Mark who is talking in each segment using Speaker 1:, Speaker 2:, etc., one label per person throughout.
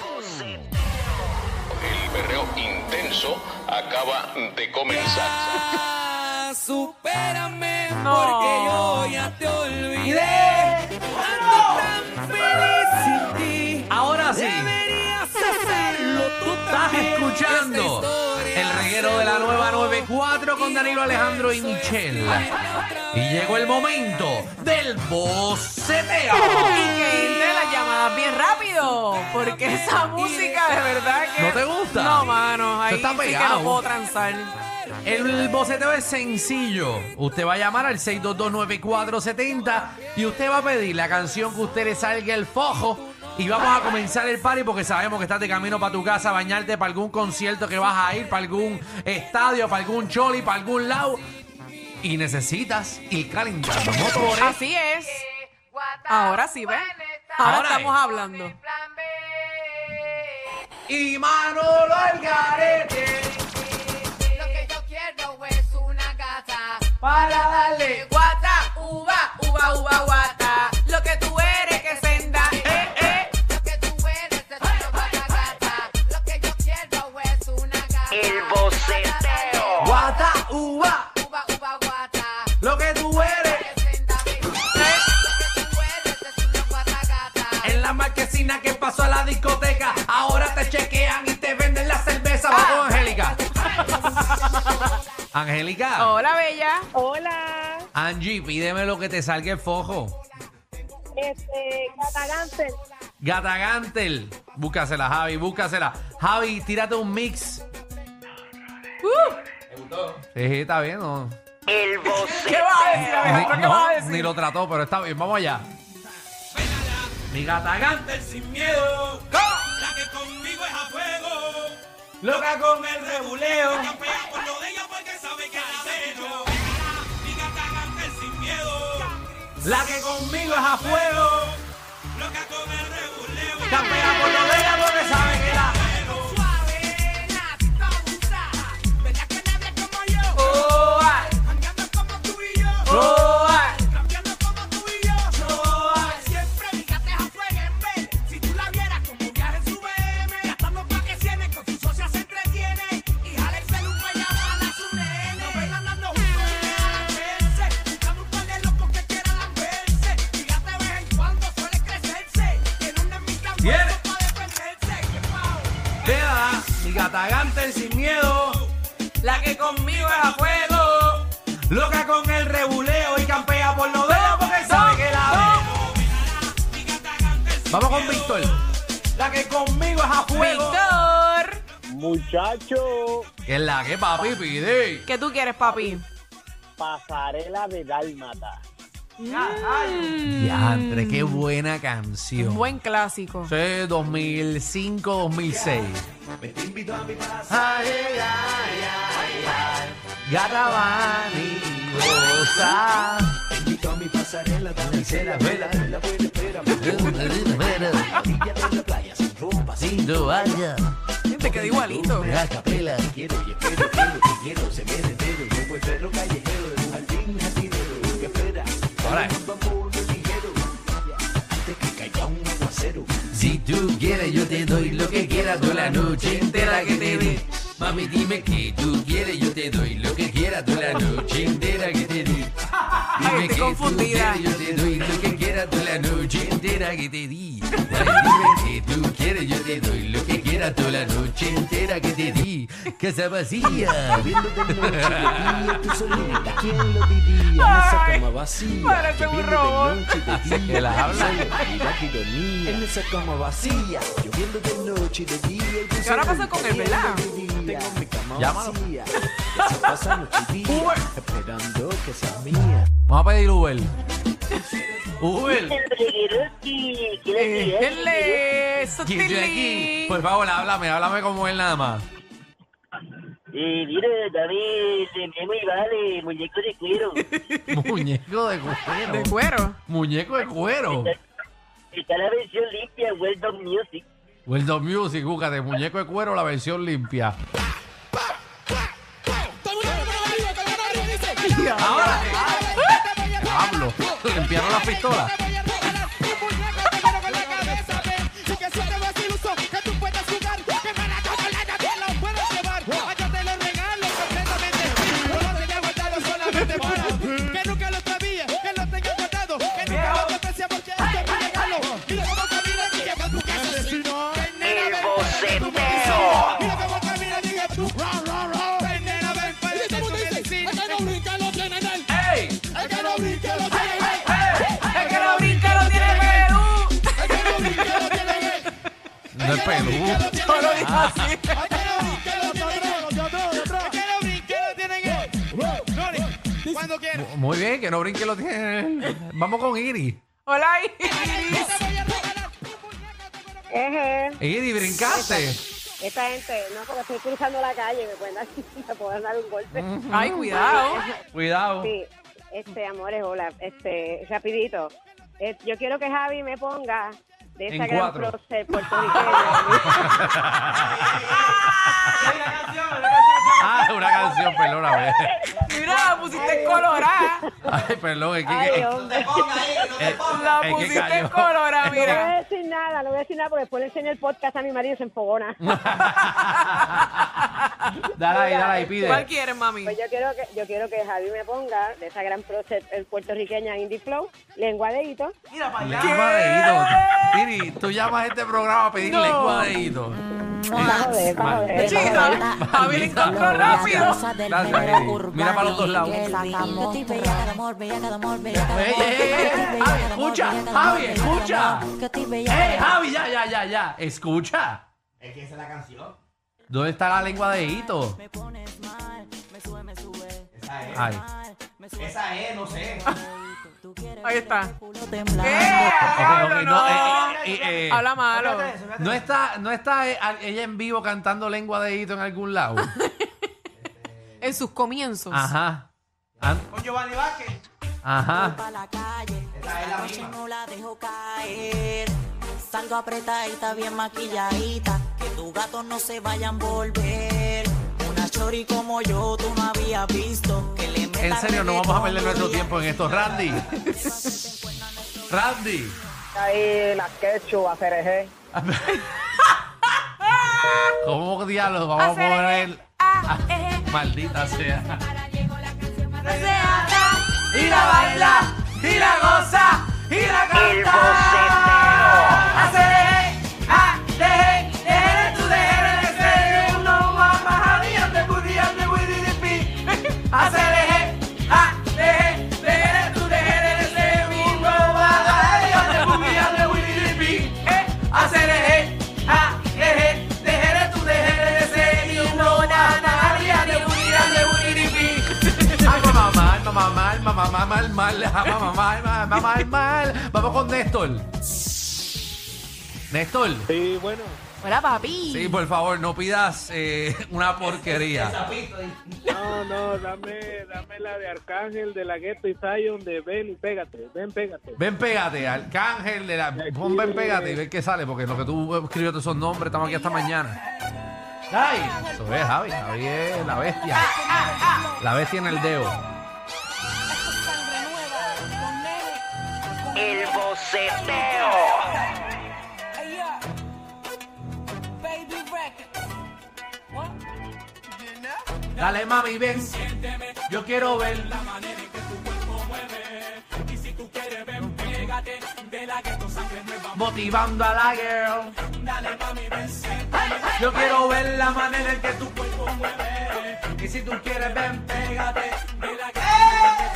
Speaker 1: forzado.
Speaker 2: El berreo intenso acaba de comenzar.
Speaker 3: Ah, supérame
Speaker 4: No.
Speaker 3: porque
Speaker 5: Oh.
Speaker 3: yo ya te olvidé. Ando tan feliz sin ti.
Speaker 5: Ahora sí,
Speaker 3: Deberías hacerlo tú
Speaker 5: estás
Speaker 3: también.
Speaker 5: escuchando
Speaker 3: Esta historia
Speaker 5: el reguero de la nueva
Speaker 3: solo
Speaker 5: 94 con Danilo Alejandro y Michelle. Y llegó el momento del boceteo.
Speaker 4: Increíble las llamadas bien rápido. Porque esa música de verdad que.
Speaker 5: ¿No te gusta?
Speaker 4: No, mano. Ahí
Speaker 5: Eso está
Speaker 4: sí que
Speaker 5: pegado.
Speaker 4: no puedo transar.
Speaker 5: El boceteo es sencillo. Usted va a llamar al 6229470 y usted va a pedir la canción que usted le salga el fojo. Y vamos a comenzar el party porque sabemos que estás de camino para tu casa, a bañarte para algún concierto que vas a ir, para algún estadio, para algún choli, para algún lado. Y necesitas ir calentando motores.
Speaker 4: Así es. Ahora sí, ¿ves? Ahora,
Speaker 5: Ahora
Speaker 4: estamos
Speaker 5: es.
Speaker 4: hablando.
Speaker 5: Y Manolo Algarete
Speaker 6: Lo que yo quiero es una gata.
Speaker 5: para darle.
Speaker 4: Guata, uva, uva, uva, guata. Lo que tú eres que senda. Eh, eh.
Speaker 6: Lo que tú eres es una buena gata. Lo que yo quiero es una gata.
Speaker 1: El boceteo.
Speaker 5: Guata, uva,
Speaker 6: Uva, uva, guata.
Speaker 5: lo que tú eres.
Speaker 6: Que senda bien. Lo que tú eres es una guata gata.
Speaker 5: En la marquesina que pasó a la discoteca, ahora te chequean y te venden la cerveza.
Speaker 6: Ah.
Speaker 5: Vamos, Angélica. Angélica,
Speaker 4: Hola, bella.
Speaker 7: Hola,
Speaker 5: Angie, pídeme lo que te salga el fojo.
Speaker 7: este, Catagáncer.
Speaker 5: Gata Gantel, búscasela, Javi, búscasela. Javi, tírate un mix.
Speaker 4: Uh,
Speaker 5: Sí, está bien, ¿no?
Speaker 1: El boceteo.
Speaker 4: ¿Qué vas a decir, Alejandro?
Speaker 5: Ni,
Speaker 4: ¿Qué
Speaker 5: no,
Speaker 4: vas a decir?
Speaker 5: ni lo trató, pero está bien, vamos allá. Mi gata Gantel
Speaker 3: Sin miedo, la que conmigo es a fuego. Loca con el rebuleo. Campea por lo de ella porque sabe que la ceno. Mi gata gante sin miedo. La que conmigo es a fuego. Loca con el rebuleo. Campea por lo de ella porque sabe que la ceno.
Speaker 6: Suave, natito, abusada. Verás que nadie es como yo.
Speaker 4: Oh, ah,
Speaker 6: Cambiando como tú y yo.
Speaker 4: oh, ah.
Speaker 6: Cambiando como tú y yo. Siempre mi gata es a fuego en vez. Si tú la vieras como viaja en su BM. Gastando pa' que cene, con sus socias se entretiene. Y jala el celu pa' llamar a su nene. Nos ven andando juntos y me jalan verse. Buscando un par de locos que quieran lamberse. Mi gata de vez en cuando suele crecerse. Tiene un amistad
Speaker 5: Viene.
Speaker 6: bueno pa' defenderse. ¡Qué pavo!
Speaker 5: te da. Mi gata Gantel sin miedo.
Speaker 4: La que conmigo es a fuego.
Speaker 5: Loca con el rebuleo y campea por los dedos porque
Speaker 4: sabe que
Speaker 5: la Vamos con Víctor. La que conmigo es a
Speaker 4: Víctor.
Speaker 8: Muchacho,
Speaker 5: Que es la que papi pide.
Speaker 4: ¿Qué tú quieres, papi?
Speaker 8: pasarela de dálmata.
Speaker 5: Diantre, qué buena canción.
Speaker 4: Un buen clásico.
Speaker 5: Sí, 2005, 2006. Ay, ay, ay, ay, ay. Gata vanidosa. Sin toalla.
Speaker 4: Te quedó igualito.
Speaker 5: Ahora. Si tú quieres, yo te doy lo que quieras toda la noche entera que te dé. Mami, dime que tú quieres, yo te doy lo que quieras toda la noche entera que te dé. Dime
Speaker 4: Ay, estoy
Speaker 5: que tú
Speaker 4: confundida.
Speaker 5: quieres, yo te doy lo que quieras toda la noche entera que te di. Ay, dime que tú quieres, yo te doy lo que quieras toda la noche entera que te di. Casa vacía.
Speaker 4: Ay, Parece un robot.
Speaker 5: Así que la habla.
Speaker 4: ¿Qué ahora pasa con él, verdad?
Speaker 5: Llámalo. Uber. Vamos a pedir Uber. Uber.
Speaker 4: Él es
Speaker 5: ¿Quién tiene aquí? Por favor, háblame, háblame como él nada más.
Speaker 8: Y mira, David, se me muy vale, muñeco de cuero.
Speaker 5: Muñeco de cuero.
Speaker 4: De cuero.
Speaker 5: Muñeco de cuero.
Speaker 8: Está la versión limpia, Weldon Music.
Speaker 5: World of Music, búscate. Muñeco de cuero, la versión limpia. Ahora. Hablo. Limpiaron las pistolas.
Speaker 6: Te voy a robar a tu muñeca, te quiero con la cabeza, ven. Y que suene Ah,
Speaker 5: Eso es pelú.
Speaker 4: No lo digas así.
Speaker 9: Cuando quieras.
Speaker 5: Muy bien, que no brinque lo tiene. Vamos con Iri.
Speaker 4: Hola, Iris.
Speaker 7: Eje.
Speaker 5: Iri, brincaste.
Speaker 7: Esta gente, no, porque estoy cruzando la calle, me pueden dar, me pueden dar un golpe.
Speaker 5: Mm.
Speaker 4: Ay, cuidado.
Speaker 5: Cuidado.
Speaker 7: Sí, este, amores, hola, este, rapidito. Eh, yo quiero que Javi me ponga de esa
Speaker 5: En
Speaker 7: gran
Speaker 5: cuatro.
Speaker 7: prócer puertorriqueña.
Speaker 5: Ah, una canción, perdóname.
Speaker 4: Mira, la pusiste colorada.
Speaker 5: Ay, perdón, es que.
Speaker 7: Ay, hombre.
Speaker 5: eh,
Speaker 4: La
Speaker 5: es que
Speaker 4: pusiste
Speaker 5: cayó.
Speaker 4: colorada,
Speaker 7: No voy
Speaker 4: mira.
Speaker 7: a decir nada, no voy a decir nada porque después le enseño el podcast a mi marido y se enfogona.
Speaker 5: Mm. Dale ahí, dale ahí, pide.
Speaker 4: ¿Cuál quieres, mami?
Speaker 7: Pues yo quiero que yo quiero que Javi me ponga de esa gran proce el puertorriqueña Indie Flow, lenguadeíto.
Speaker 4: Mira para
Speaker 5: Lengua de hito. Iri, tú llamas a este programa a pedir lengua de hito.
Speaker 7: Pa' joder, pa' joder.
Speaker 4: Chica, Javi le encontró rápido.
Speaker 5: Gracias, Iri. Mira para los dos lados. Ey, ey, ey, ey. Javi, escucha, Javi, escucha. ¡Ey, Javi, ya, ya, ya, ya! Escucha. Es que esa es la canción. ¿Dónde está la lengua de hito? Ay.
Speaker 4: Ahí está.
Speaker 5: Ok, ok,
Speaker 4: ¡Eh!
Speaker 5: no,
Speaker 4: No,
Speaker 5: eh, eh, eh, eh.
Speaker 4: Habla malo.
Speaker 5: No está, no está eh, a- ella en vivo cantando lengua de hito en algún lado.
Speaker 4: En sus comienzos.
Speaker 5: Ajá. An-
Speaker 9: Con Giovanni Vázquez.
Speaker 5: Ajá.
Speaker 10: Salgo apretadita, bien maquilladita, que tus gatos no se vayan a volver. Una chori como yo, tú no habías visto. Que le
Speaker 5: En
Speaker 10: meta
Speaker 5: serio, no vamos a perder
Speaker 10: reggaetón,
Speaker 5: nuestro
Speaker 10: día
Speaker 5: tiempo en esto. Randy. Randy.
Speaker 8: Ahí la quechua, cereje.
Speaker 5: ¿Cómo diablos vamos a poner? E, Maldita sea. Y la baila, y la goza, y la
Speaker 1: El boceteo.
Speaker 5: Hacer, ah, deje, deje tú deje de ser uno más majadilla, te pudían de Willy de Pi. Hacer, deje, ah, deje, deje tú deje de ser uno más majadilla, te pudían de Willy de Pi. Hacer, deje, ah, deje, deje tú deje de ser uno más majadilla, te pudían de Willy de Pi. Alma mamá, alma mamá, alma mamá, mal, mal, alma mamá, alma mamá, mal, mal. Vamos con Néstor. Néstor.
Speaker 11: Sí, bueno.
Speaker 4: Hola, papi.
Speaker 5: Sí, por favor, no pidas eh, una porquería.
Speaker 11: No, no, dame, dame la de Arcángel, de la Gueto y Zion, de ven y pégate, ven, pégate.
Speaker 5: Ven, pégate, Arcángel de la. Pon ven, pégate y ve qué sale, porque lo que tú escribiste esos nombres, estamos aquí hasta mañana. ¡Ay! Eso es Javi, Javi es la bestia. La bestia en el dedo.
Speaker 1: El boceteo.
Speaker 5: Dale, mami, ven. Yo quiero ver. Motivando a la girl. Yo quiero ver la manera en que tu cuerpo mueve. Y si tú quieres, ven, pégate.
Speaker 10: ¡Eh!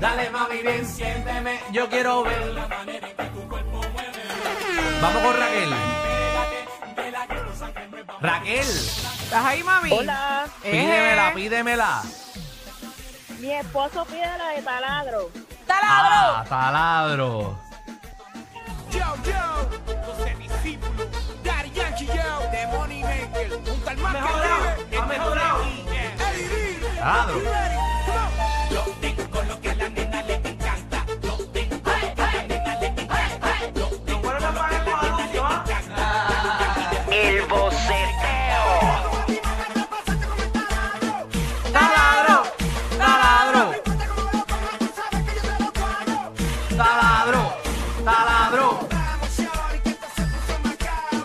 Speaker 5: Dale, mami, ven, siénteme. Yo quiero ver la manera en que tu cuerpo mueve. Vamos con Raquel. Raquel,
Speaker 4: ¿Estás ahí, mami?
Speaker 7: Hola.
Speaker 4: Eh.
Speaker 5: pídemela, pídemela.
Speaker 7: Mi esposo pide la de taladro.
Speaker 4: ¡Taladro!
Speaker 5: Ah, taladro.
Speaker 9: Yo, yo. José Discípulo. Daddy Yankee, yo. The Money Maker. Un tal más que vive. Ha mejorado.
Speaker 5: Taladro.
Speaker 1: El boceteo.
Speaker 5: Taladro. Taladro. Taladro. Taladro.
Speaker 6: Vamos, Shaori, que esto se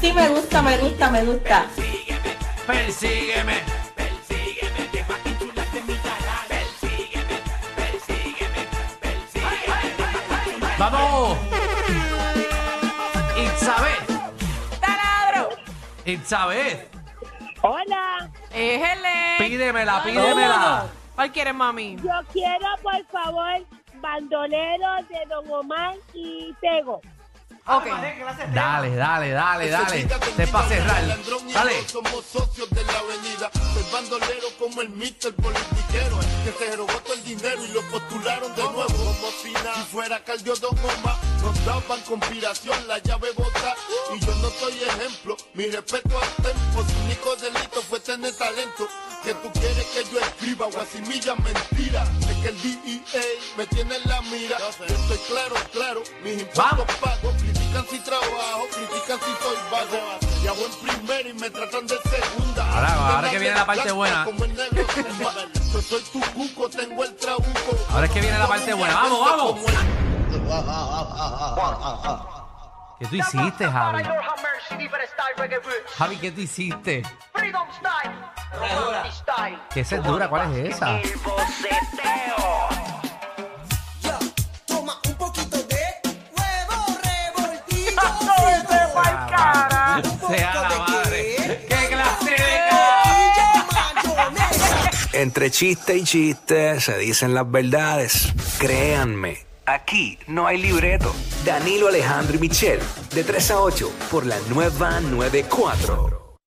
Speaker 12: sí me gusta, me gusta, me gusta.
Speaker 5: Persígueme. Vamos. Itzabeth.
Speaker 4: ¡Taladro!
Speaker 5: Itzabeth.
Speaker 7: Hola.
Speaker 4: Éjele.
Speaker 5: Pídemela, pídemela.
Speaker 4: ¿Cuál quieres, mami?
Speaker 7: Yo quiero, por favor, bandoleros de Don Omar y Tego.
Speaker 4: Ok.
Speaker 5: Dale, dale, dale, dale. Te para cerrar. Dale.
Speaker 13: Somos socios de la avenida. Soy bandolero como el mister politiquero. Que se robó todo el dinero y lo postularon de nuevo. Como si, na- si fuera Cardio Don Omar, nos daban conspiración, la llave bota. Y yo no soy ejemplo. Mi respeto al tempo. Su único delito fue tener talento. Que tú quieres que yo escriba guasimilla mentira. Es que el DEA me tiene en la mira. Yo estoy claro, claro. Mis impuestos pagos. Critican si trabajo, critican si soy vago. Y hago en primera y me tratan de segunda.
Speaker 5: Ahora- ahora que viene la parte buena.
Speaker 13: Como el negro Zumba. Yo soy tu cuco, tengo el trabuco.
Speaker 5: Ahora es que viene la parte buena. Vamos, vamos. ¿Qué tú hiciste, Javi? Javi, ¿qué tú hiciste?
Speaker 14: Freedom Style. Romantic Style.
Speaker 5: Que esa es dura, ¿cuál es esa?
Speaker 14: El boceteo.
Speaker 15: Toma un poquito de huevo revoltido.
Speaker 5: Sea la madre. ¡Qué clase de
Speaker 10: Entre chiste y chiste se dicen las verdades. Créanme, aquí no hay libreto. Danilo Alejandro y Michel, de 3 a 8, por la nueva 94.